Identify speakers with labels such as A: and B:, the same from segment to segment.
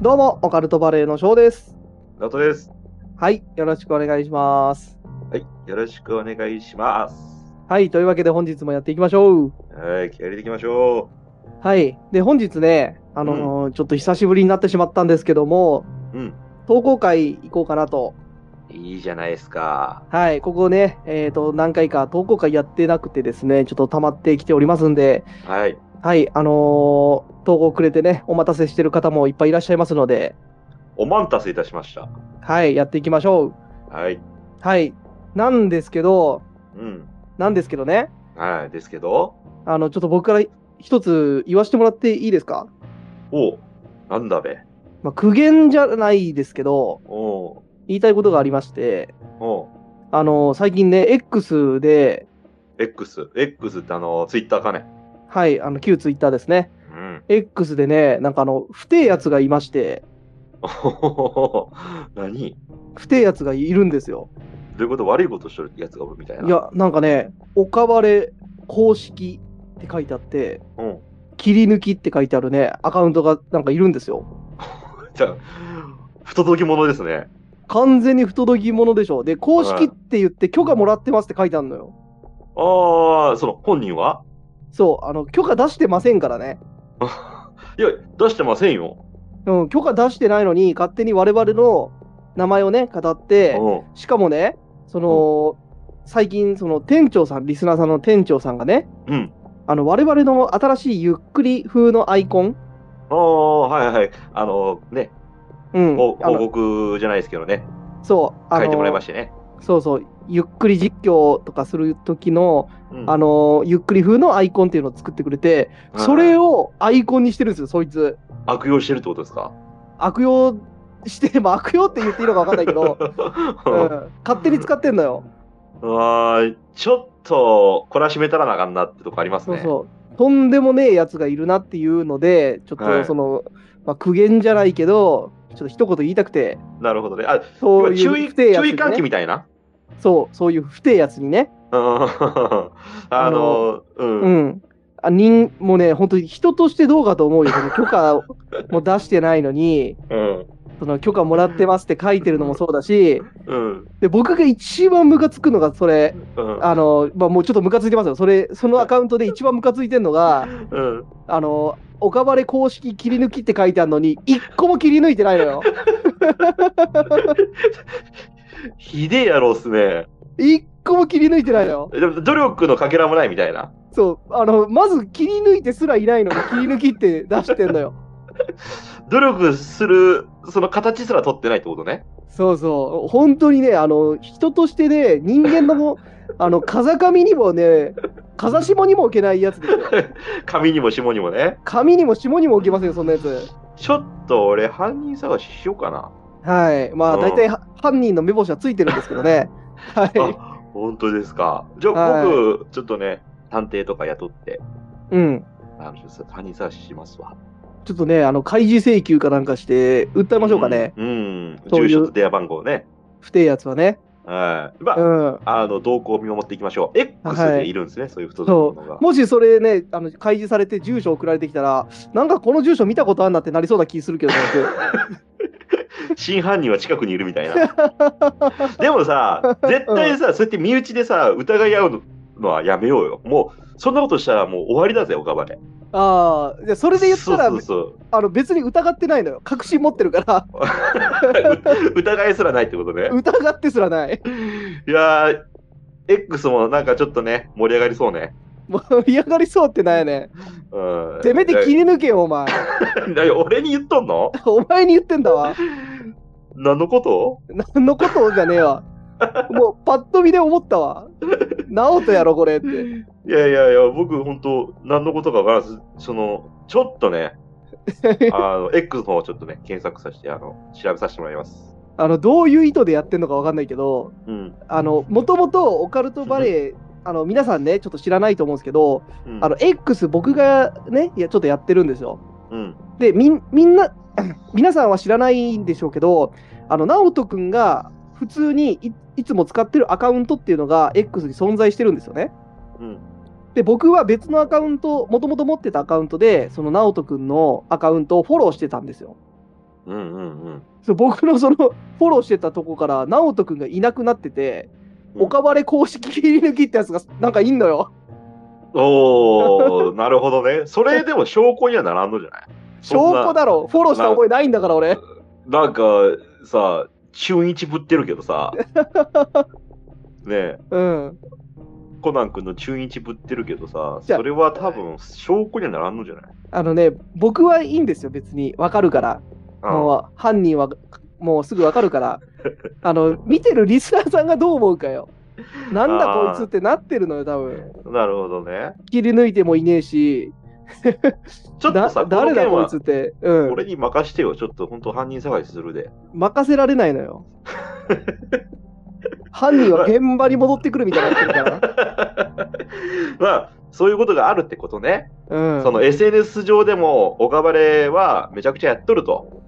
A: どうも、オカルトバレーの翔です。
B: ナトです。
A: はい、よろしくお願いします。
B: はい、よろしくお願いします。
A: はい、というわけで本日もやっていきましょう。
B: はい、やりていきましょ
A: はい、で、本日ね、あのーちょっと久しぶりになってしまったんですけども、
B: う。うん、
A: 投稿会行こうかなと。
B: いいじゃないですか。
A: はい、ここね、えっ、と、何回か投稿会やってなくてですね、ちょっと溜まってきておりますんで、
B: はい、
A: はい、あのー投稿くれてね、お待たせしてる方もいっぱいいらっしゃいますので、
B: お待たせいたしました。
A: はい、やっていきましょう。
B: はい、
A: はい、なんですけど、
B: うん、
A: なんですけどね、
B: はい、ですけど、
A: あの、ちょっと僕から一つ言わせてもらっていいですか
B: おうなんだべ。
A: まあ、苦言じゃないですけど、
B: おう
A: 言いたいことがありまして、
B: おう
A: あの、最近ね、X で、
B: X、X ってあの、ツイッターかね。
A: はい、あの、旧 Twitter ですね。
B: うん。
A: X でね、なんかあの、不定やつがいまして、
B: おほほほほ 何
A: 不定やつがいるんですよ。
B: どういうこと悪いことしてるやつがおるみたいな。
A: い。や、なんかね、おかわれ公式って書いてあって、
B: うん。
A: 切り抜きって書いてあるね、アカウントがなんかいるんですよ。
B: じゃあ、不届き者ですね。
A: 完全に不届き者でしょ。で、公式って言って許可もらってますって書いてあるのよ。
B: ああ、その、本人は
A: そう、あの、許可出してませんからね。
B: いや、出してませんよ。
A: うん、許可出してないのに、勝手に我々の名前をね、語って、
B: うん。
A: しかもね、その、最近、その店長さん、リスナーさんの店長さんがね、
B: うん。
A: あの、我々の新しいゆっくり風のアイコン、
B: ああ、はいはい。あのね、
A: うん、
B: 報
A: あ
B: 報
A: の
B: 告じゃないですけどね、
A: そう、あ
B: 書いてもらいま
A: の
B: し、てね。
A: そうそう、ゆっくり実況とかする時の、
B: うん
A: あの、ゆっくり風のアイコンっていうのを作ってくれて、それ
B: を
A: をアイコンにしてるんですよ、そいつ。
B: 悪用してるってことですか
A: 悪用して、まあ、悪用って言っていいのか分かんないけ ど、うん、勝手に使ってんのよ。
B: あーちょっと懲らしめたらなあかんなってとこあります
A: そう
B: ね。
A: そう。とんでもねえやつがいるなっていうので、ちょっ
B: は
A: と
B: い
A: その、まあ、苦言じゃないけど、ちょっと一言言いたくて、
B: なるほどね。あ
A: そう
B: 今
A: い
B: 注
A: う
B: 意
A: 不定や
B: 注
A: つ
B: 意喚
A: に、
B: 起
A: ね、
B: みたいな。
A: そう、そういう不定やつにね、
B: うんあの、うん
A: う。ん。あ人もうね、本当に人としてどうかと思うよ。その許可も出してないのに、
B: うん。
A: その許可もらってますって書いてるのもそうだし、
B: うん。
A: で僕が一番ムカつくのが、それ、
B: うん。
A: あの、まあ、もうちょっとムカついてますよ。それ、そのアカウントで一番ムカついてるのが、
B: うん
A: あの、岡晴れ公式切り抜きって書いてあるのに、一個も切り抜いてないのよ。
B: ひでえやろうっすね。
A: 一個も切り抜いてないのよ。
B: でも努力のかけらもないみたいな。
A: そう、あの、まず切り抜いてすらいないのに、切り抜きって出してんのよ。
B: 努力する、その形すら取ってないってことね。
A: そうそう、本当にね、あの、人としてね、人間のも、あの、風上にもね、風下にも置けないやつですよ。
B: 髪にも下にもね。
A: 上にも下にも置けませんよ、そんなやつ。
B: ちょっと俺、犯人探ししようかな。
A: はい。まあ、
B: うん
A: 大体、は犯人の目星はついてるんですけどね。は
B: あ本当ですか。じゃあ、
A: は
B: 僕、ちょっとね、探偵とか雇って、
A: い。うん。
B: あのちょっと犯人探ししますわ。
A: ちょっとね、あの、開示請求かなんかして、訴えましょうかね。
B: うん。うん、
A: そういう
B: 住所と電話番号ね。
A: 不定やつはね。
B: はい。まあ、
A: うん。
B: あの、動向を見守っていきましょう。X でいるんですね、そういう不届き者が。
A: もしそれね、あの開示されて住所送られてきたら、なんかこの住所見たことあんなってなりそうな気するけどね。
B: 真犯人は近くにいるみ たいな。でもさ、絶対さ、そうやって身内でさ、疑い合うのはやめようよ。もう、そんなことしたらもう終わりだぜ、岡場で。
A: ああ、じゃあそれで言ったら
B: そうそうそう。
A: あの、別に疑ってないのよ。確信持ってるから、
B: 疑いすらないってことね。
A: 疑ってすらない。
B: いやー、X もなんかちょっとね、盛り上がりそうね。
A: 盛り上がりそうってなんやね
B: うん
A: ん。せめて切り抜けよ、お前。
B: なな俺に言っとんの
A: お前に言ってんだわ。
B: 何のこと
A: 何のことじゃねえわ。もうパッと見で思ったわ。直人やろ、これって。
B: いやいやいや、僕本当何のことかわからず、その、ちょっ とね、あの、X の方をちょっとね、検索させて、あの、調べさせてもらいます。
A: あの、どういう意図でやってんのかわかんないけど、
B: うん。
A: あの、もともとオカルトバレー、あの、皆さんね、ちょっと知らないと思うんですけど、
B: うん
A: あの、、X 僕がね、いや、ちょっとやってるんですよ。
B: うん。
A: で、みん、みんな、 皆さんは知らないんでしょうけど、あの、直人くんが普通にいいつも使ってるアカウントっていうのが X に存在してるんですよね。
B: うん。
A: で、僕は別のアカウント、もともと持ってたアカウントで、その直人くんのアカウントをフォローしてたんですよ。
B: うんうんうん。
A: そう僕のそのフォローしてたとこから直人君がいなくなってて、
B: うん
A: 岡晴れ公式切り抜きってやつがなんかいんのよ。
B: おー、 なるほどね。それでも証拠にはならんのじゃない
A: 証拠だろ、フォローした覚えないんだから俺。
B: なんかさ、中日ぶってるけ どさ。ねえ、
A: うん。
B: コナン君の中日ぶってるけどさ、
A: じゃあ
B: それは多分証拠にはならんのじゃない
A: あのね、僕はいいんですよ、別に。わかるから。
B: うん
A: もう犯人はもうすぐわかる から。あの、見てるリスナーさんがどう思うかよ。なんだこいつってなってるのよ、多分。
B: なるほどね。
A: 切り抜いてもいねえし、
B: ちょっとさ、
A: だ誰だ
B: こ
A: こ
B: の
A: い
B: 件
A: つ
B: は
A: って。うん。
B: 俺に任してよ。ちょっと本当犯人探しするで。
A: 任せられないのよ。犯人は現場に戻ってくるみたいになってるか
B: まあ、そういうことがあるってことね。
A: ら。うん。
B: その SNS 上でも、オカバレはめちゃくちゃやっと ると。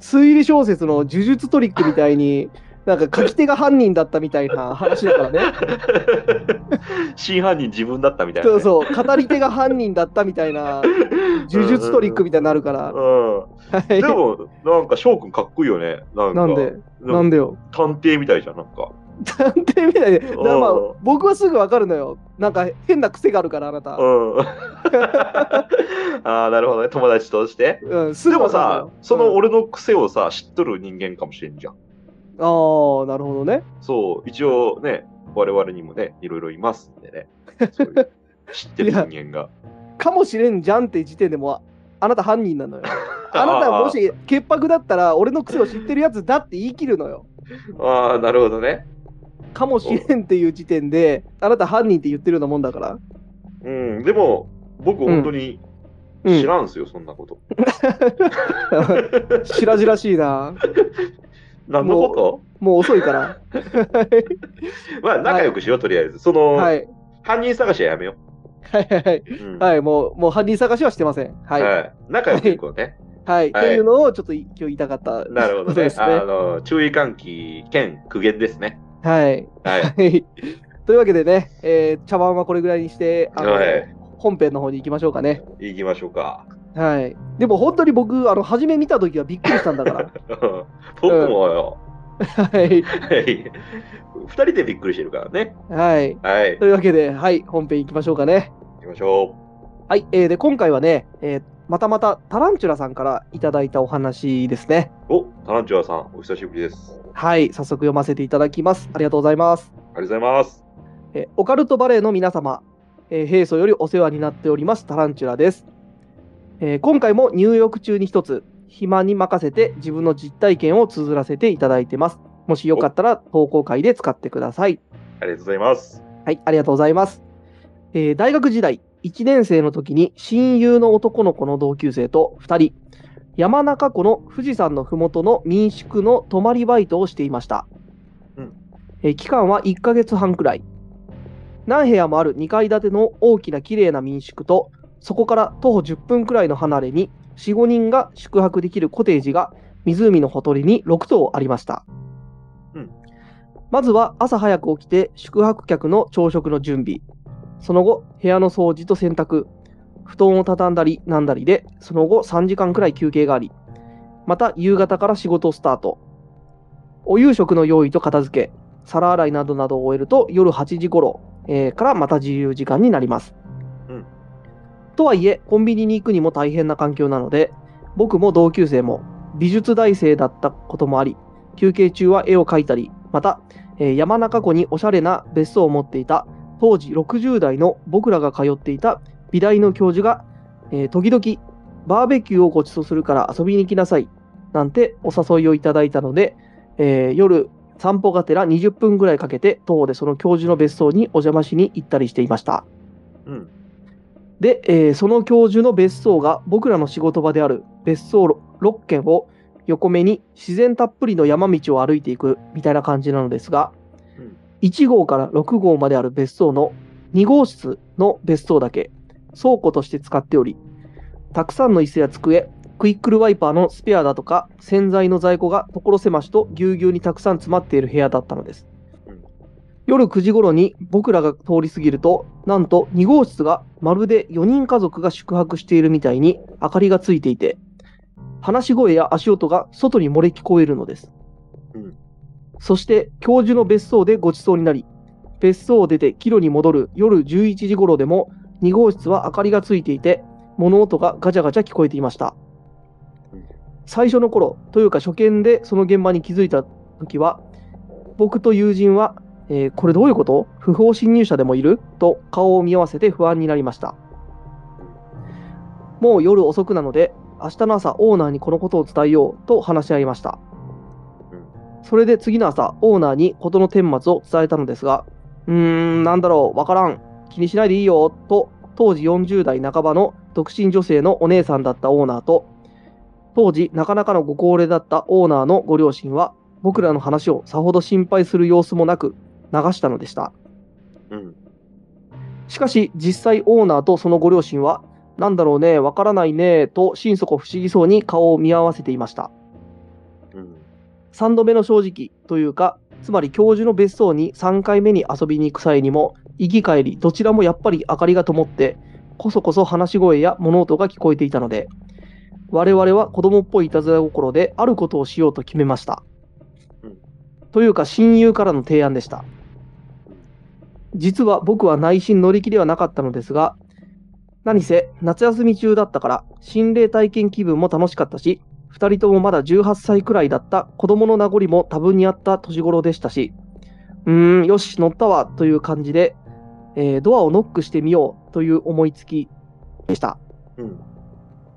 A: 推理小説の呪術トリックみたいに、なんか書き手が犯人だったみたいな話だからね。
B: 真犯人自分だったみたいなね、
A: そうそう、語り手が犯人だったみたい な、呪術トリックみたいになるから。
B: うん。でも、なんか翔くんかっこいいよね。なんか
A: なんで、
B: な
A: なん
B: か
A: でよ。
B: 探偵みたいじゃん、なんか。
A: 探偵みたいで、だからまあ
B: うん、
A: 僕はすぐわかるのよ。なんか変な癖があるから、あなた。
B: うん。ああ、なるほどね。友達として。
A: うん、す
B: で
A: ぐ
B: も
A: わかる
B: さ
A: のよ、
B: その
A: うん
B: 俺の癖をさ、知っとる人間かもしれんじゃん。
A: ああ、なるほどね。
B: そう、一応ね、我々にもね、いろいろいますんで ね。そういう知ってる人間が。
A: かもしれんじゃんって時点でもうああなた犯人な のよ。あなたはも
B: あー
A: し潔白だったら俺の癖を知ってるやつだって言い切るのよ。
B: あー、なるほどね。
A: かもしれんっていう時点であなた犯人って言ってるようなもんだから。
B: うん、でも、僕、本当に
A: うん
B: 知らんすよ、そんなこと。
A: しらじらしいな。
B: 何のこ
A: もう遅いから。
B: とまあ、仲良くしよう、とりあえず。その、
A: はい。
B: 犯人探しはやめよ
A: はいはいはい。
B: う。うん
A: はい、もう、もう犯人探しはしてません。はい。はい。
B: はい仲良くいこうね。
A: っていうのをちょっと今日言いたかった。
B: なるほど
A: そうで
B: ね。
A: すね
B: あの、注意喚起兼苦言ですね。
A: はい。
B: はい。
A: はいというわけでね、えー茶番はこれぐらいにして、 あの
B: はい
A: 本編の方に行きましょうかね。
B: 行きましょうか。
A: はい。でも本当に僕、あの、初め見たときはびっくりしたんだから。
B: 僕もよ、
A: はい。
B: はい二人でびっくりしてるからね。
A: はい。
B: はい。
A: というわけで、はい、本編行きましょうかね。
B: 行きましょ
A: はい。えーで、今回はね、えーまたまたタランチュラさんからいただいたお話ですね。
B: う。お、タランチュラさん、お久しぶりです。
A: はい。早速読ませていただきます。ありがとうございます。
B: ありがとうございます。
A: えーオカルトバレーの皆様、えー平素よりお世話になっておりますタランチュラです、えー今回も入浴中に一つ暇に任せて自分の実体験を綴らせていただいてますもしよかったら投稿会で使ってください
B: ありがとうございます。
A: はいありがとうございます、えー大学時代1年生の時に親友の男の子の同級生と2人山中湖の富士山のふもとの民宿の泊まりバイトをしていました、
B: うん
A: えー期間は1ヶ月半くらい何部屋もある2階建ての大きな綺麗な民宿とそこから徒歩10分くらいの離れに45人が宿泊できるコテージが湖のほとりに6棟ありました、
B: うん
A: まずは朝早く起きて宿泊客の朝食の準備その後部屋の掃除と洗濯布団を畳んだりなんだりでその後3時間くらい休憩がありまた夕方から仕事スタートお夕食の用意と片付け皿洗いなどなどを終えると夜8時頃えーからまた自由時間になります。
B: うん
A: とはいえコンビニに行くにも大変な環境なので僕も同級生も美術大生だったこともあり休憩中は絵を描いたりまた、えー山中湖におしゃれな別荘を持っていた当時60代の僕らが通っていた美大の教授が、えー時々バーベキューをご馳走するから遊びに来なさいなんてお誘いをいただいたので、えー夜散歩がてら20分ぐらいかけて徒歩でその教授の別荘にお邪魔しに行ったりしていました
B: うん。
A: で、えーその教授の別荘が僕らの仕事場である別荘6軒を横目に自然たっぷりの山道を歩いていくみたいな感じなのですが、
B: うん
A: 1号から6号まである別荘の2号室の別荘だけ倉庫として使っておりたくさんの椅子や机クイックルワイパーのスペアだとか洗剤の在庫が所狭しとぎゅうぎゅうにたくさん詰まっている部屋だったのです、
B: うん
A: 夜9時頃に僕らが通り過ぎるとなんと2号室がまるで4人家族が宿泊しているみたいに明かりがついていて話し声や足音が外に漏れ聞こえるのです。
B: うん
A: そして、教授の別荘でごちそうになり、別荘を出て帰路に戻る夜11時頃でも、2号室は明かりがついていて、物音がガチャガチャ聞こえていました
B: うん。
A: 最初の頃、というか初見でその現場に気づいた時は、僕と友人は、えーこれどういうこと不法侵入者でもいると顔を見合わせて不安になりました。もう夜遅くなので、明日の朝オーナーにこのことを伝えようと話し合いました
B: うん。
A: それで次の朝、オーナーに事の顛末を伝えたのですが、うーん、なんだろう、わからん、気にしないでいいよ、と、当時40代半ばの独身女性のお姉さんだったオーナーと、当時なかなかのご高齢だったオーナーのご両親は、僕らの話をさほど心配する様子もなく流したのでした。
B: うん。
A: しかし、実際オーナーとそのご両親は、なんだろうね、わからないね、と心底不思議そうに顔を見合わせていました。
B: うん。
A: 3度目の正直というか、つまり教授の別荘に3回目に遊びに行く際にも、行き帰り、どちらもやっぱり明かりが灯って、こそこそ話し声や物音が聞こえていたので、我々は子供っぽいいたずら心であることをしようと決めました
B: うん。
A: というか、親友からの提案でした。実は僕は内心乗り気ではなかったのですが、何せ夏休み中だったから、心霊体験気分も楽しかったし、2人ともまだ18歳くらいだった子供の名残も多分にあった年頃でしたし、うーん、よし、乗ったわという感じで、えードアをノックしてみようという思いつきでした。
B: うん。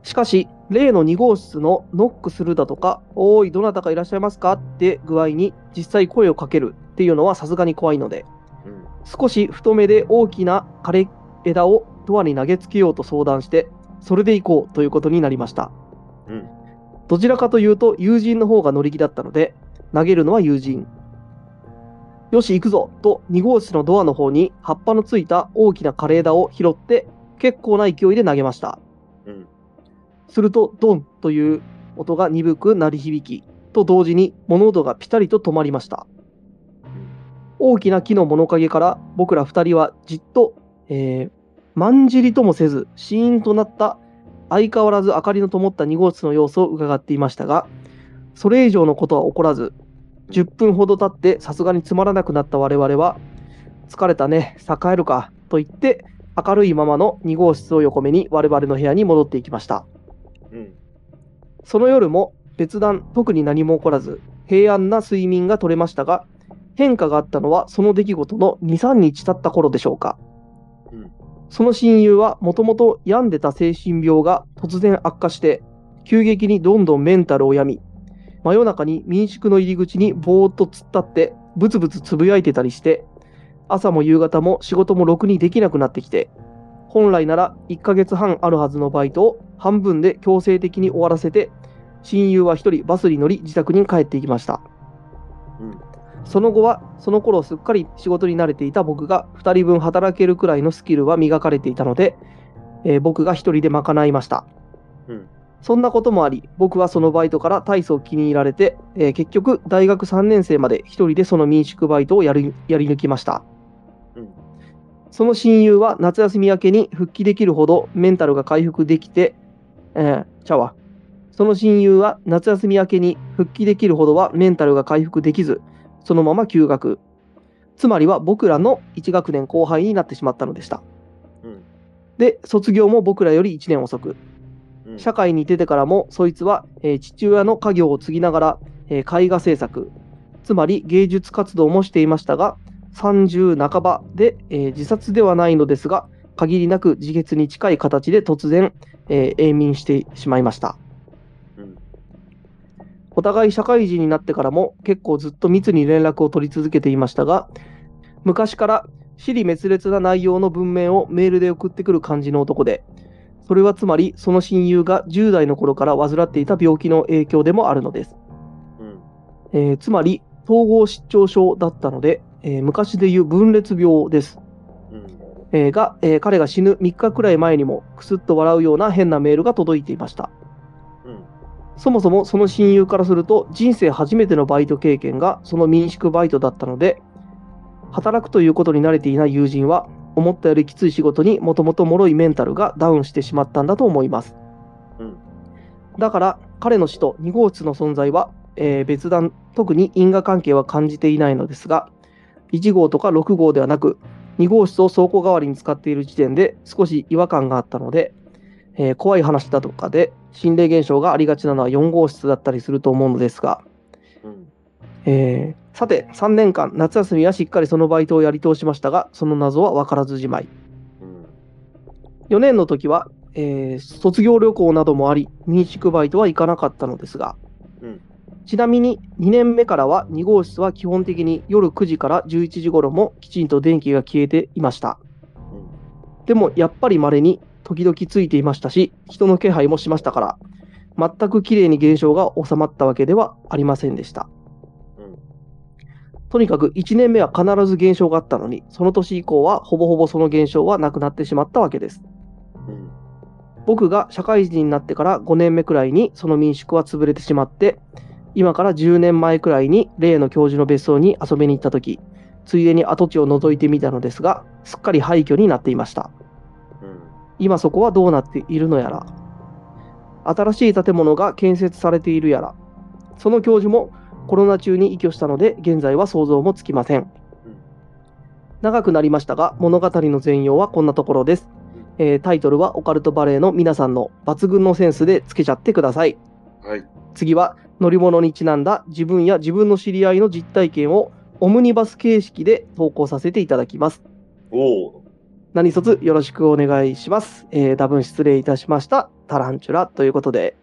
A: しかし、例の2号室のノックするだとか、おーい、どなたかいらっしゃいますかって具合に実際声をかけるっていうのはさすがに怖いので、
B: うん。
A: 少し太めで大きな枯れ枝をドアに投げつけようと相談して、それで行こうということになりました。
B: うん
A: どちらかというと、友人の方が乗り気だったので、投げるのは友人。よし、行くぞと2号室のドアの方に葉っぱのついた大きな枯れ枝を拾って、結構な勢いで投げました。
B: うん。
A: すると、ドンという音が鈍く鳴り響き、と同時に物音がピタリと止まりました。大きな木の物陰から僕ら二人はじっと、えー、まんじりともせず、シーンとなった、相変わらず明かりの灯った2号室の様子を伺っていましたが、それ以上のことは起こらず、10分ほど経ってさすがにつまらなくなった我々は、疲れたね、さあ帰るか、と言って、明るいままの2号室を横目に我々の部屋に戻っていきました。
B: うん。
A: その夜も別段特に何も起こらず平安な睡眠が取れましたが変化があったのはその出来事の2、3日経った頃でしょうか、
B: うん
A: その親友はもともと病んでた精神病が突然悪化して急激にどんどんメンタルを病み真夜中に民宿の入り口にぼーっと突っ立ってブツブツつぶやいてたりして朝も夕方も仕事もろくにできなくなってきて本来なら1ヶ月半あるはずのバイトを半分で強制的に終わらせて親友は一人バスに乗り自宅に帰っていきました、
B: うん
A: その後はその頃すっかり仕事に慣れていた僕が2人分働けるくらいのスキルは磨かれていたので、えー僕が一人で賄いました、
B: うん
A: そんなこともあり僕はそのバイトから大層気に入られて、えー結局大学3年生まで一人でその民宿バイトをやりやり抜きました
B: うん。
A: その親友は夏休み明けに復帰できるほどメンタルが回復できて、えー、ちゃうわ。その親友は夏休み明けに復帰できるほどはメンタルが回復できず、そのまま休学。つまりは僕らの1学年後輩になってしまったのでした。
B: うん
A: で、卒業も僕らより1年遅く。
B: うん。
A: 社会に出てからもそいつは、えー父親の家業を継ぎながら、えー絵画制作つまり芸術活動もしていましたが30半ばで、えー自殺ではないのですが限りなく自決に近い形で突然、えー永眠してしまいました、
B: うん
A: お互い社会人になってからも結構ずっと密に連絡を取り続けていましたが昔から私利滅裂な内容の文面をメールで送ってくる感じの男でそれはつまりその親友が10代の頃から患っていた病気の影響でもあるのです、
B: うん。
A: えーつまり統合失調症だったので、えー昔でいう分裂病です、
B: うん。
A: えーが、えー彼が死ぬ3日くらい前にもくすっと笑うような変なメールが届いていました
B: うん。
A: そもそもその親友からすると人生初めてのバイト経験がその民宿バイトだったので働くということに慣れていない友人は思ったよりきつい仕事にもともと脆いメンタルがダウンしてしまったんだと思います、
B: うん
A: だから彼の死と2号室の存在は、えー別段特に因果関係は感じていないのですが1号とか6号ではなく2号室を倉庫代わりに使っている時点で少し違和感があったので、えー怖い話だとかで心霊現象がありがちなのは4号室だったりすると思うのですが
B: うん
A: えーさて、3年間、夏休みはしっかりそのバイトをやり通しましたが、その謎は分からずじまい。
B: うん
A: 4年の時は、えー卒業旅行などもあり、民宿バイトは行かなかったのですが、
B: うん
A: ちなみに2年目からは2号室は基本的に夜9時から11時頃もきちんと電気が消えていました。
B: うん
A: でもやっぱり稀に時々ついていましたし、人の気配もしましたから、全く綺麗に現象が収まったわけではありませんでした。
B: うん
A: とにかく1年目は必ず現象があったのに、その年以降はほぼほぼその現象はなくなってしまったわけです。
B: うん
A: 僕が社会人になってから5年目くらいにその民宿は潰れてしまって、今から10年前くらいに例の教授の別荘に遊びに行った時、ついでに跡地を覗いてみたのですが、すっかり廃墟になっていました。
B: うん
A: 今そこはどうなっているのやら新しい建物が建設されているやらその教授もコロナ中に逝去したので現在は想像もつきません長くなりましたが物語の全容はこんなところです、えータイトルはオカルトバレーの皆さんの抜群のセンスでつけちゃってください
B: はい
A: 次は乗り物にちなんだ自分や自分の知り合いの実体験をオムニバス形式で投稿させていただきます
B: おお
A: 何卒よろしくお願いします。えー多分失礼いたしました。タランチュラということで、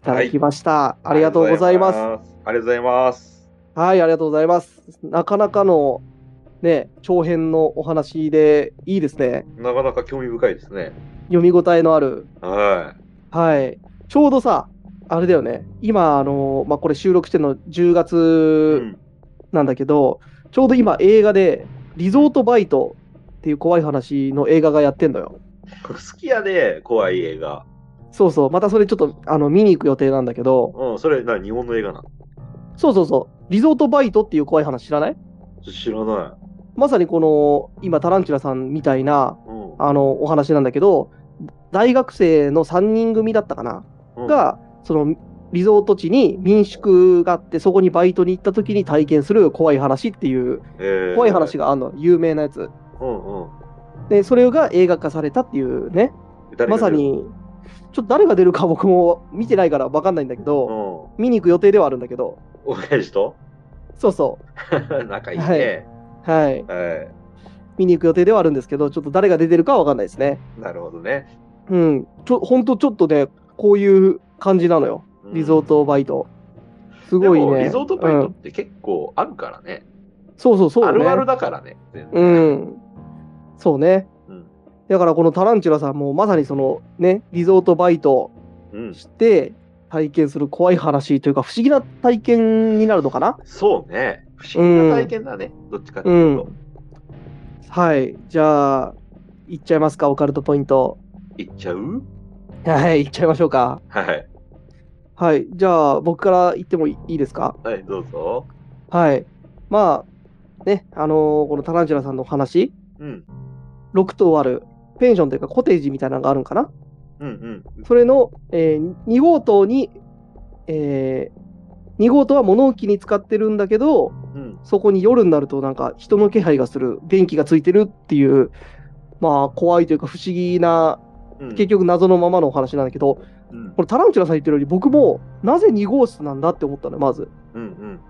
A: いただきました。ありがとうございます。
B: ありがとうございます
A: はい、ありがとうございます。なかなかの、ね、長編のお話で、いいですね。
B: なかなか興味深いですね
A: 読み応えのある。
B: は
A: はい。ちょうどさ、あれだよね。今、あのまあ、これ収録してるの10
B: い、
A: 月なんだけど、ちょうど今映画で、リゾートバイトっていう怖い話の映画がやってんのよ。
B: 好きやで怖い映画
A: そうそう、またそれちょっとあの見に行く予定なんだけど、
B: うんそれな日本の映画なの
A: そうそうそう、リゾートバイトっていう怖い話知らない
B: 知らな、
A: まさにこの今、タランチュラさんみたいない
B: うん
A: あのお話なんだけど、大学生の3人組だったかな、
B: うん、
A: が、そのリゾート地に民宿があって、そこにバイトに行った時に体験する怖い話っていう、
B: えー
A: 怖い話があるの、有名なやつ。
B: うんうん
A: で、それが映画化されたっていうね、
B: 誰が出る
A: まさに、ちょっと誰が出るか僕も見てないから分かんないんだけ
B: う
A: ど、
B: ん
A: 見に行く予定ではあるんだけど、
B: 親父と
A: そうそ
B: 仲いいね、
A: う。はい。
B: はい
A: 見に行く予定ではあるんですけど、ちょっと誰が出てるかは分かんないですね。
B: なるほどね、
A: うん。ちょ、ほんとちょっとね、こういう感じなのよ。
B: うん
A: リゾートバイト。す
B: で
A: ごい
B: も
A: ね。
B: リゾートバイト
A: う
B: っ
A: ん
B: て結構あるからね、
A: そうそうそう、ね。
B: あるあるだからね全然
A: うん。そうね。
B: うん
A: だからこのタランチュラさんもまさにそのね、リゾートバイト
B: うん
A: して体験する怖い話というか不思議な体験になるのかな
B: そうね不思議な体験だね、どっちかっていうと、
A: はい。じゃあ、行っちゃいますか、オカルトポイント。
B: 行っちゃう
A: はい、行っちゃいましょうか。
B: はい
A: はい。じゃあ、僕から言ってもいいですか
B: はいどうぞ
A: はい。まあ、ね、あのーこのタランチュラさんのお話、
B: うん
A: 6棟あるペンションというかコテージみたいなのがあるんかな
B: うん
A: それの、え2号棟に、え2号棟は物置に使ってるんだけど、
B: うんうん
A: そこに夜になるとなんか人の気配がする、電気がついてるっていう、まあ怖いというか不思議な、
B: うん
A: 結局謎のままのお話なんだけど、
B: うん
A: これタランチュラさん言ってるより僕もなぜ2号室なんだって思ったのよ、まず。
B: うんうん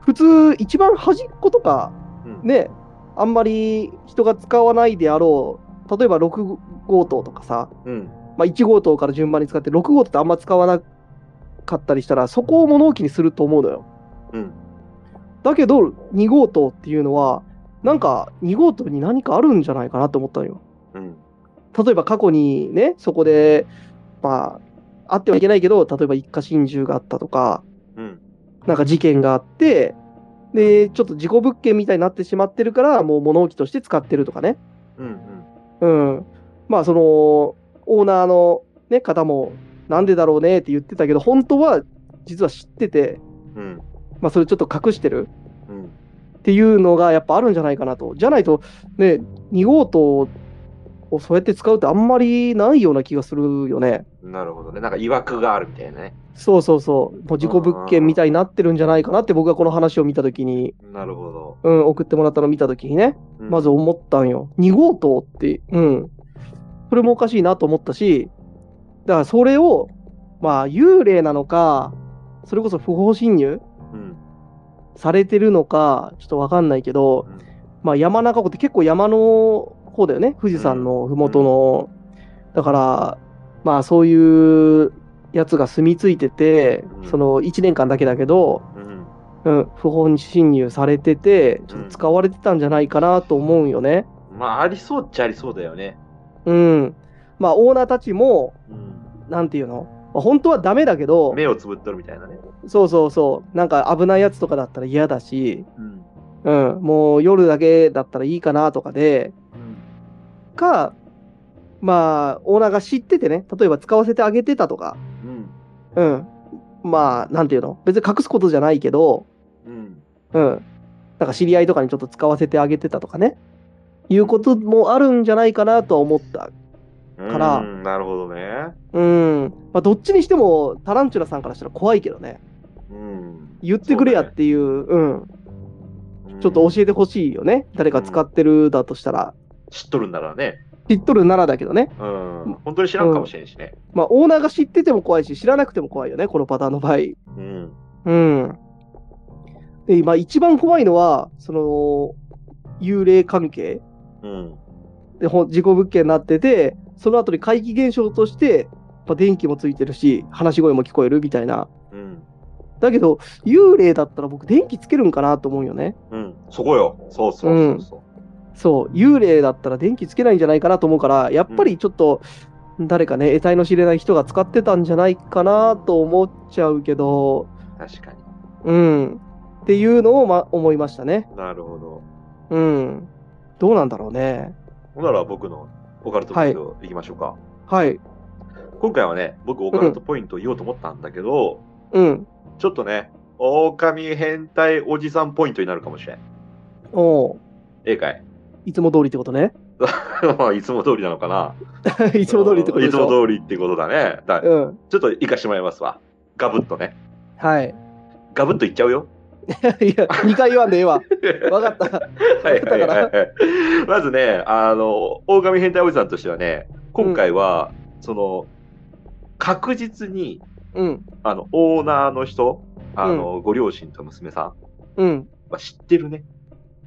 A: 普通一番端っことか
B: うん
A: ねあんまり人が使わないであろう例えば6号棟とかさ、
B: うん
A: まあ、1号棟から順番に使って6号棟ってあんま使わなかったりしたらそこを物置にすると思うのよ、
B: うん
A: だけど2号棟っていうのはなんか2号棟に何かあるんじゃないかなと思ったのよ
B: うん
A: 例えば過去にねそこでまああってはいけないけど例えば一家心中があったとか
B: うん
A: なんか事件があって、で、ちょっと事故物件みたいになってしまってるから、もう物置として使ってるとかね。
B: う
A: う
B: ん
A: ん。まあ、その、オーナーの、ね、方も、なんでだろうねって言ってたけど、本当は、実は知ってて、
B: うんうん
A: まあ、それちょっと隠してる
B: うん
A: っていうのが、やっぱあるんじゃないかなと。じゃないと、ね、2号棟をそうやって使うってあんまりないような気がするよね。
B: なるほどね。なんか曰くがあるみたいなね。
A: そうそうそう。もう事故物件みたいになってるんじゃないかなって僕がこの話を見たときに、
B: なるほど。
A: うん、送ってもらったのを見たときにね、
B: うん
A: まず思ったんよ。2号棟って、うん。それもおかしいなと思ったし、だからそれを、まあ幽霊なのか、それこそ不法侵入
B: うん。
A: されてるのか、ちょっとわかんないけど、
B: うん
A: まあ、山中湖って結構山の方だよね富士山の麓の、だからまあそういうやつが住み着いてて、
B: うん
A: その1年間だけだけど、
B: うん。
A: うん、不法侵入されててちょっと使われてたんじゃないかなと思うんよね
B: まあ、ありそうっちゃありそうだよね。
A: うんまあオーナーたちも
B: うん。
A: なんていうのまあ本当はダメだけど
B: 目をつぶっとるみたいなね。
A: そうそうそうなんか危ないやつとかだったら嫌だし、
B: うん。
A: うん、もう夜だけだったらいいかなとかでか、まあ、オーナーが知っててね、例えば使わせてあげてたとか、
B: うん。
A: うん。まあ、なんていうの別に隠すことじゃないけど、
B: うん。
A: うん。なんか知り合いとかにちょっと使わせてあげてたとかね、いうこともあるんじゃないかなとは思った。
B: うん。
A: から
B: うんなるほどね。
A: うん。まあ、どっちにしても、タランチュラさんからしたら怖いけどね。
B: うん。
A: 言ってくれやっていう、うん。ちょっと
B: え
A: 教えてほしいよね。誰か使ってるだとしたら。
B: 知っとるんならね。
A: 知っとるならだけどね。
B: うん。本当に知らんかもしれんしね。
A: まあ、オーナーが知ってても怖いし、知らなくても怖いよね、このパターンの場合。
B: うん。
A: うん。で、今、一番怖いのは、その、幽霊関係
B: うん。
A: で、ほん事故物件になってて、その後に怪奇現象として、まあ、電気もついてるし、話し声も聞こえるみたいな。
B: うん。
A: だけど、幽霊だったら僕、電気つけるんかなと思うよね。
B: うん。そこよ。そうそうそうそ
A: そう、幽霊だったら電気つけないんじゃないかなと思うから、やっぱりちょっと、誰かね、得体の知れない人が使ってたんじゃないかなと思っちゃうけど、
B: う。確かに。
A: うん。っていうのを、ま、思いましたね。
B: なるほど。
A: うん。どうなんだろうね。
B: ほんなら僕のオカルトポイントいきましょうか。
A: はい。
B: 今回はね、僕オカルトポイント言おうと思ったんだけど、
A: うん。
B: ちょっとね、狼変態おじさんポイントになるかもしれん。
A: おう
B: ええかい。
A: いつも通りってことね。
B: まあいつも通りなのかな。
A: いつも通りってこと
B: い
A: で
B: つ
A: しょ。
B: も通りってことだね。だち
A: うん。
B: ょっといかしてもらいますわ。ガブッとね。
A: はい。
B: ガブッといっちゃうよ。
A: いや、2回言わんでええわ。わかった。
B: はいはいはいはい。 まずね、あの、狼変態おじさんとしてはね、今回は、その、確実に、
A: うん。
B: あの、オーナーの人、あの、ご両親と娘さん、
A: うん。
B: まあ、知ってるね。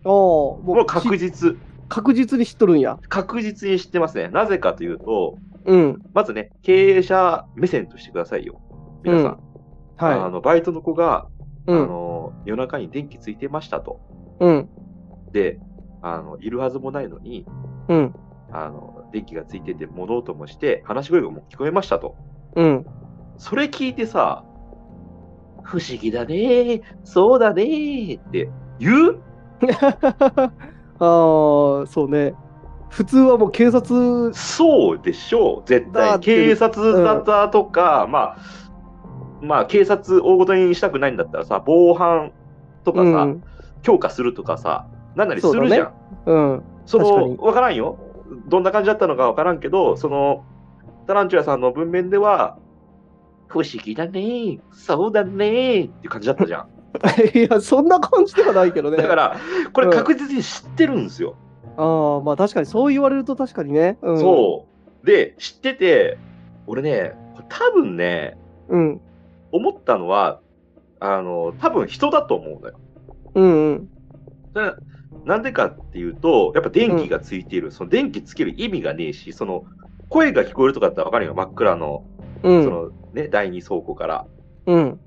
A: おう
B: も
A: も
B: う確
A: し
B: 実、
A: 確実に知っとるんや。
B: 確実に知ってますね。なぜかというと、
A: うん。
B: まずね、経営者目線としてくださいよ。皆さん。あ
A: は
B: の、バイトの子が、
A: い。う
B: あ
A: ん。
B: の、夜中に電気ついてましたと。
A: うん。
B: で、あの、いるはずもないのに、
A: うん。
B: あの、電気がついてて戻ろうともして、話し声がもう聞こえましたと。
A: うん。
B: それ聞いてさ、不思議だねー、そうだねーって言う
A: ああ、そうね。普通はもう警察、
B: そうでしょう、絶
A: だっ
B: 対。
A: て
B: 警察だったとか、まあ、まあ、警察大ごとにしたくないんだったらさ、防犯とか
A: う
B: さ、
A: ん。
B: 強化するとかさ、なんなりす
A: そうだね
B: るじゃん。
A: うん。
B: そ
A: 確かに
B: の、わからんよ。どんな感じだったのかわからんけど、その、タランチュラさんの文面では、不思議だねー、そうだねーっていう感じだったじゃん。
A: いや、そんな感じではないけどね。
B: だか
A: あ
B: ら、これ確実に知ってるんですよ。
A: あ、まあ確かにそう言われると確かにね。うん、
B: そう。で、知ってて、俺ね、これ多分ね、
A: う。うん。
B: 思ったのは、あの、多分人だと思うのよ。
A: うんうん。
B: それなんでかっていうと、やっぱ電気がついている、その電気つける意味がねえし、その、声が聞こえるとかだったらわかるよ、真っ暗の、
A: う
B: そ
A: ん。
B: のね、第二倉庫から。
A: うん。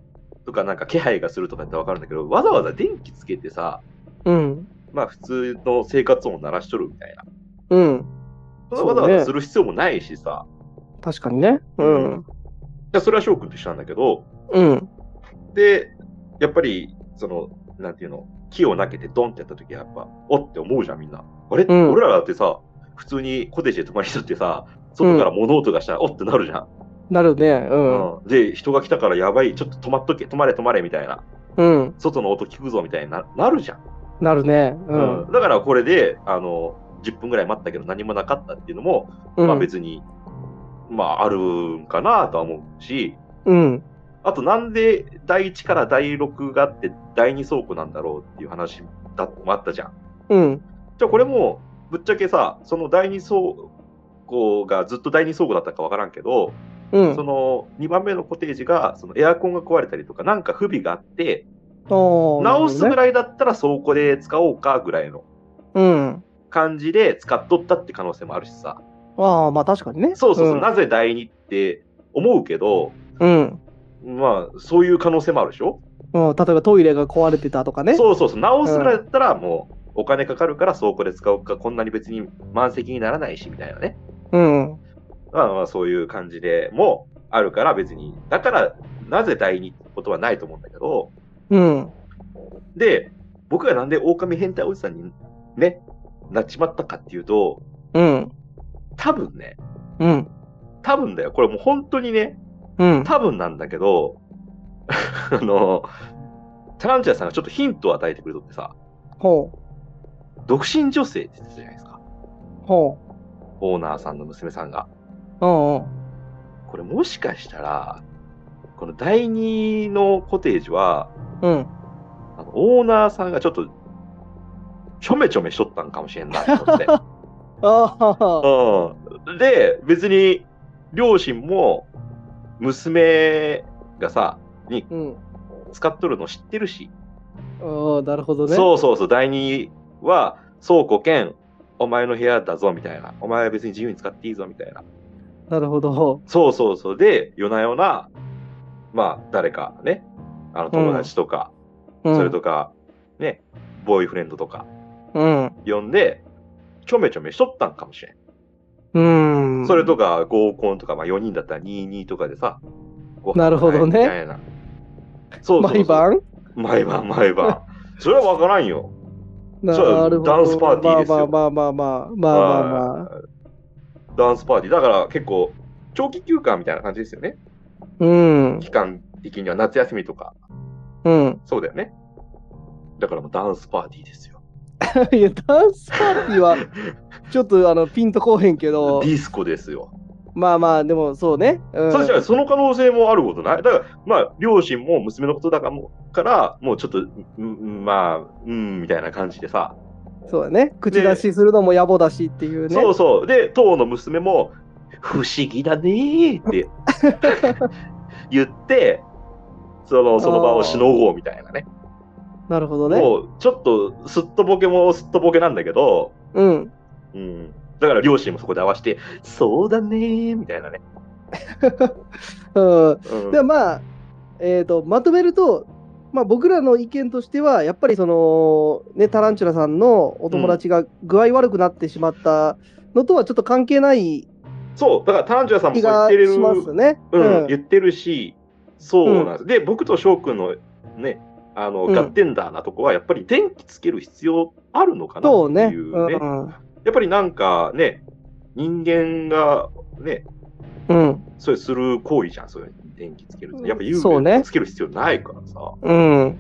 B: とかなんか気配がするとかってわかるんだけど、わざわざ電気つけてさ、
A: うん。
B: まあ普通の生活音を鳴らしとるみたいな。
A: うん。
B: そ
A: そ
B: んな
A: うね
B: わざわざする必要もないしさ。
A: 確かにね。うん。
B: いやそれは翔くんと一緒なんだけど、
A: うん。
B: で、やっぱり、その、なんていうの、木を投げてドンってやった時はやっぱ、おって思うじゃんみんな。あれ、
A: うん
B: 俺らだってさ、普通にコテージで泊まり人ってさ、外から物音がしたら、おってなるじゃん,、
A: なるね。うん。
B: うん。で、人が来たからやばい、ちょっと止まっとけ、止まれ止まれみたいな。
A: うん。
B: 外の音聞くぞみたいにななるじゃん。
A: なるね。うん。
B: だからこれで、あの、 10分ぐらい待ったけど何もなかったっていうのも、
A: うん。
B: まあ別に、まああるんかなとは思うし、
A: うん。
B: あとなんで第1から第6があって第2倉庫なんだろうっていう話だもあったじゃん。
A: うん。
B: じゃあこれもぶっちゃけさ、その第2倉庫がずっと第2倉庫だったかわからんけど、
A: うん。
B: その2番目のコテージがそのエアコンが壊れたりとかなんか不備があって、直
A: 直
B: すぐらいだったら倉庫で使おうかぐらいの
A: うん。
B: 感じで使っとったって可能性もあるしさ。
A: ああ、まあ確かにね。
B: そうそうそう、
A: ん
B: なぜ第2って思うけど、
A: うん。
B: まあそういう可能性もあるでしょ
A: うん。例えばトイレが壊れてたとかね。
B: そうそうそう、直すぐらいだったらもうお金かかるから倉庫で使おうか、こんなに別に満席にならないしみたいなね。
A: うん。
B: まあまあそういう感じでもあるから別に、だからなぜ第2ってことはないと思うんだけど、
A: うん。
B: で、僕がなんで狼変態おじさんにね、なっちまったかっていうと、
A: うん。
B: 多分ね、
A: うん。
B: 多分だよ。これもう本当にね、
A: うん。
B: 多分なんだけど、 あの、タランチュラさんがちょっとヒントを与えてくれとってさ、
A: ほう。
B: 独身女性って言ってたじゃないですか。
A: ほう。
B: オーナーさんの娘さんが。
A: うんうん。
B: これもしかしたら、この第2のコテージは、
A: うん。
B: あのオーナーさんがちょっと、ちょめちょめしとったんかもしれんないと 思って。
A: ああ。
B: うん、で、別に、両親も、娘がさ、に
A: うん。
B: 使っとるの知ってるし、
A: ああ、なるほどね。
B: そうそうそう、第2は、倉庫兼、お前の部屋だぞ、みたいな。お前は別に自由に使っていいぞ、みたいな。
A: なるほど。
B: そうそうそう。で、夜な夜な、まあ、誰かね、あの友達とか、
A: うん、
B: それとか、ね、ボーイフレンドとか、
A: うん。
B: 呼んで、ちょめちょめしとったんかもしれん。
A: うん。
B: それとか合コンとか、まあ、4人だったら22とかでさ、ご飯
A: なるほどね
B: みたいな。そうそうそう
A: 毎晩
B: 毎晩、毎晩。それは分からんよ。
A: な
B: そう
A: るほど。
B: ダンスパーティーですよ
A: まあまあまあまあまあまあまあまあ。
B: ダンスパーティー。だから結構、長期休暇みたいな感じですよね。
A: うん。
B: 期間的には夏休みとか、
A: うん。
B: そうだよね。だからもうダンスパーティーですよ。
A: いや、ダンスパーティー は、ちょっとあのピンとこうへんけど
B: デ、ィスコですよ。
A: まあまあ、でもそうね。うん、
B: そしたらその可能性もあることないだから、まあ、両親も娘のことだからもから、もうちょっと、うん、まあ、うん、みたいな感じでさ、
A: そうだね。口出しするのも野暮だしっていうね。
B: そうそう。で、当の娘も、不思議だねーって 言って、そのその場をしのごうみたいなね。
A: なるほどね。
B: もうちょっとすっとぼけもすっとぼけなんだけど、
A: うん。
B: うん、だから両親もそこで合わせて、そうだねーみたいなね。
A: うん。
B: うん
A: でまあ、えーと、まとめると、まあ、僕らの意見としては、やっぱりその、ね、タランチュラさんのお友達が具合悪くなってしまったのとはちょっと関係ない
B: そう、だからタランチュラさんも
A: 気
B: そう言っ
A: が
B: てる、
A: しますね。
B: うん、言ってるし、そうなんです。で、僕と翔くんのね、あの、
A: うん
B: ガッテンダーなとこは、やっぱり電気つける必要あるのかな
A: そうね
B: っていうね。
A: うん
B: やっぱりなんかね、人間がね、
A: うん。
B: それする行為じゃん、そういう電気つけるって。やっぱ幽
A: そうね
B: 霊つける必要ないからさ、そ,、
A: うん。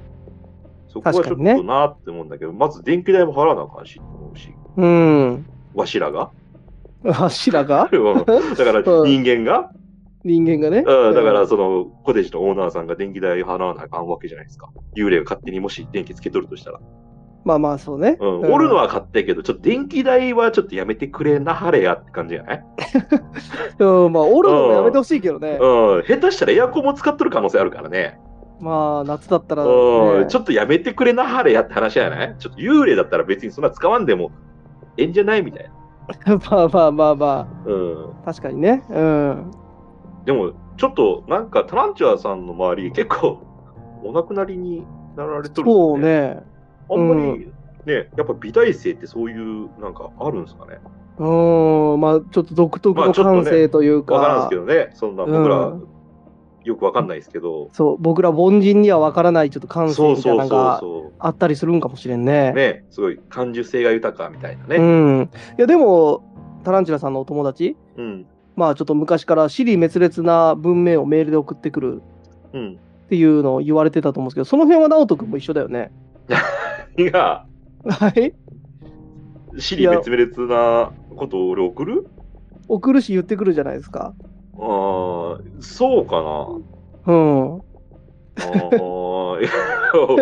B: こはちょっ
A: 確か
B: と
A: にね
B: なって思うんだけど、まず電気代も払わなあかんし、思うし、
A: うん。
B: わし らが。
A: 柱が
B: うんだから
A: うん
B: 人間が、
A: 人間がね。
B: うん、だからそのコテージのオーナーさんが電気代払わなあかんわけじゃないですか。幽霊が勝手にもし電気つけとるとしたら。
A: まあまあ、そうね。
B: うん、おるのは買ったけど、ちょっと電気代はちょっとやめてくれなはれやって感じじゃない
A: うん、まあ、おるのもやめてほしいけどね。
B: うん、下手したらエアコンも使っとる可能性あるからね。
A: まあ、夏だったらね、
B: うんちょっとやめてくれなはれやって話じゃないちょっと幽霊だったら別にそんな使わんでもええんじゃないみたいな。
A: まあまあまあま
B: うん。
A: あ、確かにね。うん。
B: でも、ちょっとなんかタランチュラさんの周り結構お亡くなりになられとる
A: そ
B: よ
A: う。ね。
B: あんまり、
A: う
B: ね、やっぱ美大生ってそういうなんかあるんですかね。
A: うん、まあ、ちょっと独特
B: まあ
A: の
B: ちょっとね
A: 感性というか。
B: わからんすけどね。そんな僕ら、
A: うん
B: よくわかんないですけど。
A: そう、僕ら凡人には分からないちょっと感
B: そ
A: 性
B: う
A: みたい
B: そ
A: な
B: う
A: の
B: そう
A: が
B: そ
A: あったりするんかもしれんね。
B: う。ね、すごい感受性が豊かみたいな
A: う
B: ね。
A: ん。いや、でも、タランチュラさんのお友達、
B: うん。
A: まあちょっと昔から死に滅裂な文明をメールで送ってくる
B: うん。
A: っていうのを言われてたと思うんですけど、その辺は直人君も一緒だよね。
B: いや、
A: はい。
B: シリ別々なことを俺送る
A: 送るし言ってくるじゃないですか。
B: あーそうかな。
A: うん。
B: あーいや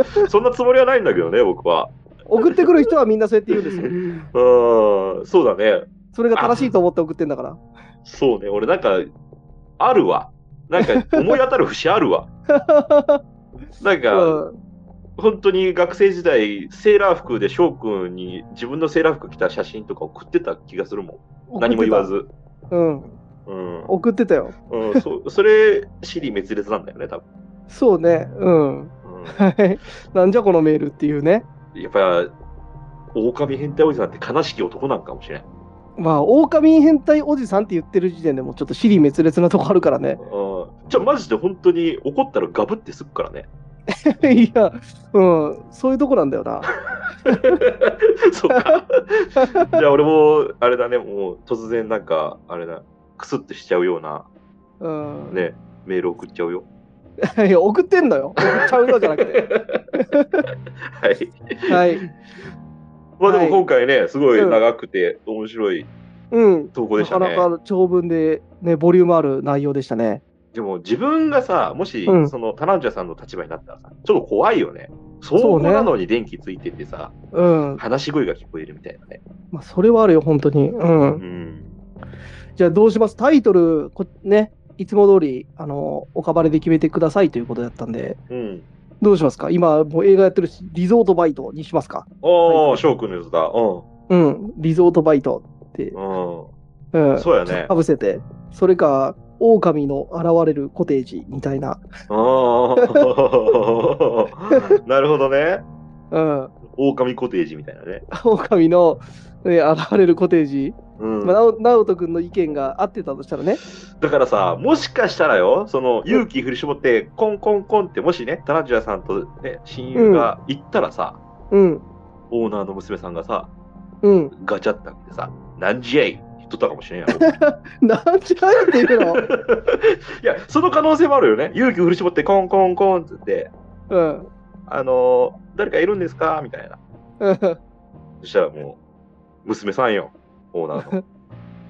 B: そんなつもりはないんだけどね、僕は。
A: 送ってくる人はみんなそうやって言うんで
B: う
A: すよ。
B: ん、そうだね。
A: それが正しいと思って送ってんだから。
B: そうね、俺なんか、あるわ。なんか、思い当たる節ある わ。なんか、
A: うん
B: 本当に学生時代、セーラー服で翔くんに自分のセーラー服着た写真とか送ってた気がするもん。何も言わ。ず。
A: 送ってたうん。
B: うん。
A: 送ってたよ。
B: うん、そうそれ、死に滅裂なんだよね、多分。
A: そうね。うん。はい。なんじゃこのメールっていうね。
B: うん、やっぱ、狼変態おじさんって悲しき男なんかもしれん。
A: まあ、狼変態おじさんって言ってる時点でもうちょっと尻滅裂なとこあるからね。
B: うんじゃあマジで本当に怒ったらガブってすっからね。
A: いや、うん、そういうとこなんだよな。
B: そ うか。じゃあ俺も、あれだね、もう突然なんか、あれだ、クスってしちゃうような、
A: うん。
B: ね、メール送っちゃうよ。
A: いや、送ってんのよ。送っちゃうのじゃなくて。
B: はい。
A: はい。
B: まあで
A: は
B: も
A: い
B: 今回ね、すごい長くて面白い
A: うん。
B: 投稿で
A: な
B: した
A: か
B: ね
A: な。か長文で、ね、ボリュームある内容でしたね。
B: でも自分がさ、もし
A: うん
B: そのタランジャさんの立場になったらさ、ちょっと怖いよね。倉
A: うね
B: 庫なのに電気ついててさ、
A: うん。
B: 話し声が聞こえるみたいなね。
A: まあ、それはあるよ、本当に。う。
B: うんん。
A: じゃあ、どうしますタイトル、こね、いつも通り、あの、おかばれで決めてくださいということだったんで、
B: うん。
A: どうしますか今、もう映画やってるし、リゾートバイトにしますか
B: おー、翔くんのやつだ。う
A: うん。リゾートバイトって。
B: ん。うん。
A: うん。
B: そうやね
A: かぶせて。それか、狼の現れるコテージみたいな。
B: あ あ、なるほどね。
A: うん。
B: 狼コテージみたいなね。
A: 狼の、ね、現れるコテージ、
B: うん
A: まあ、直直人君の意見が合ってたとしたらね、
B: だからさ、もしかしたらよ、その勇気振り絞って、コンコンコンって、もしね、タランジュラさんと、ね、親友が行ったらさ、
A: うん、
B: オーナーの娘さんがさ、
A: うん、
B: ガチャって開けてさ、なんじゃいって言っとったかもしれんやろ。
A: なんちゃいって言うの、
B: いや、その可能性もあるよね。勇気振り絞って、コンコンコンって言って、
A: うん、
B: あのー誰かいるんですかみたいな。
A: うん、
B: そしたらもう、娘さんよ、オーナーの。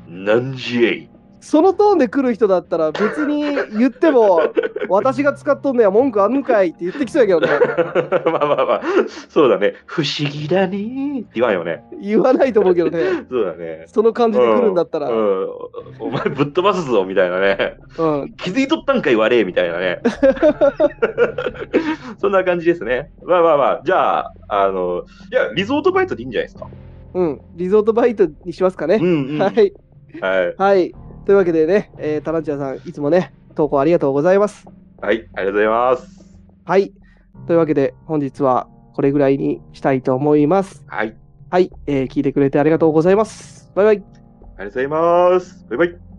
B: なんじゃい
A: そのトーンで来る人だったら、別に言っても、私が使っとんのや、文句あんのかいって言ってきそうやけどね、
B: まあまあまあ、そうだね。不思議だねーって言わんよね。
A: 言わないと思うけどね、
B: そうだね。
A: その感じで来るんだったら、
B: う
A: うん、
B: んお前ぶっ飛ばすぞみたいなね。
A: うん、
B: 気づいとったんかい悪えみたいな ね。そんな感じですね。まあまあまあ、じゃあ、あの、いや、リゾートバイトでいいんじゃないですか。
A: リゾートバイトにしますか
B: う
A: ね。
B: んうん。
A: は
B: はい。
A: い、はい。というわけでね、えータランチュラさん、いつもね、投稿ありがとうございます。
B: はい、ありがとうございます。
A: はい。というわけで、本日はこれぐらいにしたいと思います。
B: はい、あり
A: はい。えー聞いてくれてありがとうございます。バイバイ。
B: がとうございます。バイバイ。